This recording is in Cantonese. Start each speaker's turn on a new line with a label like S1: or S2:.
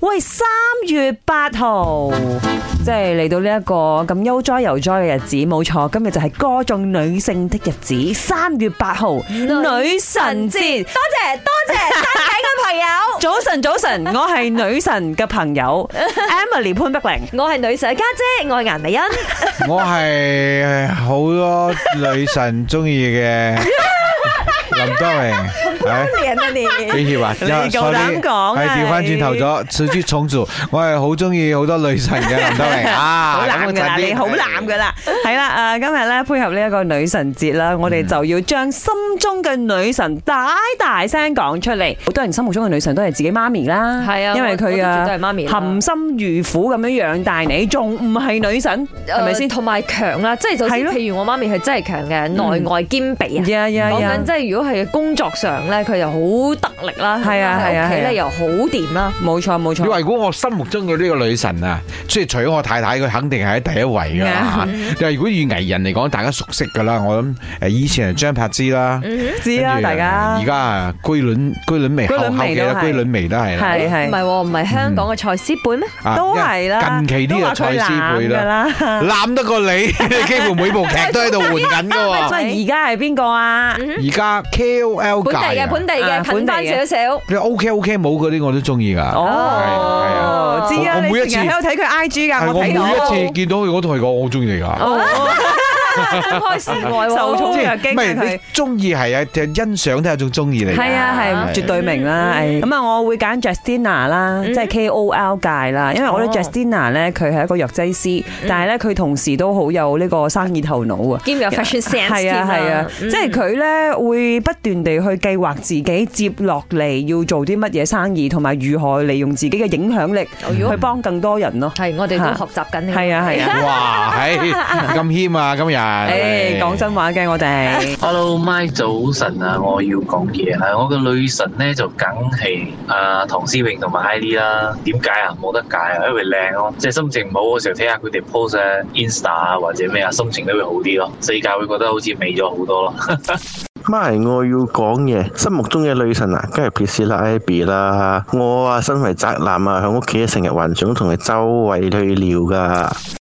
S1: 喂，三月八號，即係嚟到呢一個咁悠哉悠哉嘅日子，冇錯，今日就係歌頌女性的日子，三月八號女神節。
S2: 多謝多謝山頂嘅朋友，
S1: 早晨，早晨，我係女神嘅朋 友 Emily 潘碧玲。
S2: 我係女神嘅家姐，我係顏美欣。
S3: 我係好多女神中意 嘅林德榮，係
S2: 人啊你，
S3: 幾協啊？
S1: 你夠膽講
S3: 係調翻轉頭咗，此之重組。我係好中意好多女神嘅 林德榮啊！
S1: 好濫噶啦，
S3: 咁我陣
S1: 你
S3: 間
S1: 好濫噶啦，係啦，誒，今日咧配合呢一個女神節啦，我哋就要將心中嘅女神大大聲講出嚟。好多人心目中嘅女神都係自己媽咪啦，
S2: 係啊
S1: 因為佢
S2: 我我都絕對
S1: 啊
S2: 係媽咪啦
S1: 含辛茹苦咁樣養大你，仲唔係女神
S2: Ờ,
S1: 係咪先？
S2: 同埋強啦，即係就算
S1: 係咯
S2: 譬如我媽咪係真係強嘅，內外兼備啊。
S1: 呀呀
S2: 講
S1: 呀
S2: 緊！即係如果係工作上咧，佢就好得力啦，
S1: 係啊係
S2: 喺
S1: 啊
S2: 屋企
S1: 係啊
S2: 咧又好掂啦。
S1: 冇錯冇
S3: 你話
S1: 錯，
S3: 如果我心目中嘅呢個女神啊，即係除咗我太太，佢肯定係喺第 一位噶啦。但係如果以藝人嚟講，大家熟悉噶啦，我諗誒以前係張柏芝啦，
S1: 知啦大家
S3: 而，家啊居倫居倫眉
S1: 居
S3: 後
S1: 倫
S3: 後
S1: 眉
S3: 期
S1: 都
S3: 啦，居
S1: 係
S3: 倫眉都係啦。
S1: 係
S2: 唔係
S1: 係
S2: 喎，唔係香港嘅蔡思貝咩？
S3: 啊
S1: 都係啦，
S3: 近期呢
S1: 都
S3: 個
S1: 話
S3: 蔡
S1: 佢
S3: 思
S1: 懶
S3: 貝
S1: 㗎
S3: 啦，
S1: 啦。
S3: 攬得過你，幾乎每部劇都喺度換緊噶喎。
S1: 所以而家 係啊邊個啊？
S3: 而家 KOL
S2: 本地
S3: 界
S2: 嘅
S3: 啊
S2: 本地
S1: 啊
S2: 嘅近
S1: 本
S2: 翻
S1: 地嘅
S2: 少少，
S3: 你 OK OK 冇嗰啲我都中意噶。
S1: 哦，
S2: 係
S1: 知
S2: 係
S1: 啊，
S3: 我每一
S1: 你
S3: 次
S1: 成日喺度睇佢 I G
S3: 係
S1: 㗎，
S3: 我
S1: 我
S3: 每
S1: 睇到。
S3: 一次見到佢，我都同佢講我中意你
S1: 哦
S3: 噶。
S2: 開示愛喎
S1: 受寵好弱雞
S3: 唔係
S1: 佢
S3: 你中意係啊，就欣賞都係一種中意嚟㗎。
S1: 係啊係，絕對明啦。唉咁啊，我會揀 Justina 啦，即係 KOL 界啦，因為我覺得
S2: 哦
S1: Justina 咧，佢係一個藥劑師，但係咧佢同時都好有呢個生意頭腦啊。
S2: 兼有 fashion sense
S1: 係啊係啊，即
S2: 嗯
S1: 係佢咧會不斷地去計劃自己接落嚟要做啲乜嘢生意，同埋如何利用自己嘅影響力
S2: 哎呦
S1: 去幫更多人咯。
S2: 係我哋都學習緊嘅。
S1: 哦係啊係啊，
S3: 哇，係咁謙 啊，今日。
S1: 誒講真話嘅我哋。
S4: Hello My 早晨啊，我要講嘢啊！我嘅女神咧就梗係啊唐詩詠同埋 Ivy 啦。點解啊？冇得解啊，因為靚咯。即係心情唔好嘅時候睇下佢哋 post 啊 Insta 啊或者咩啊，心情都會好啲咯。世界會覺得好似美咗好多咯。
S5: 咪我要講嘢，心目中嘅女神啊，梗係 Priscilla Abby 啦。我啊，身為宅男啊，喺屋企啊成日幻想同佢周圍去聊噶。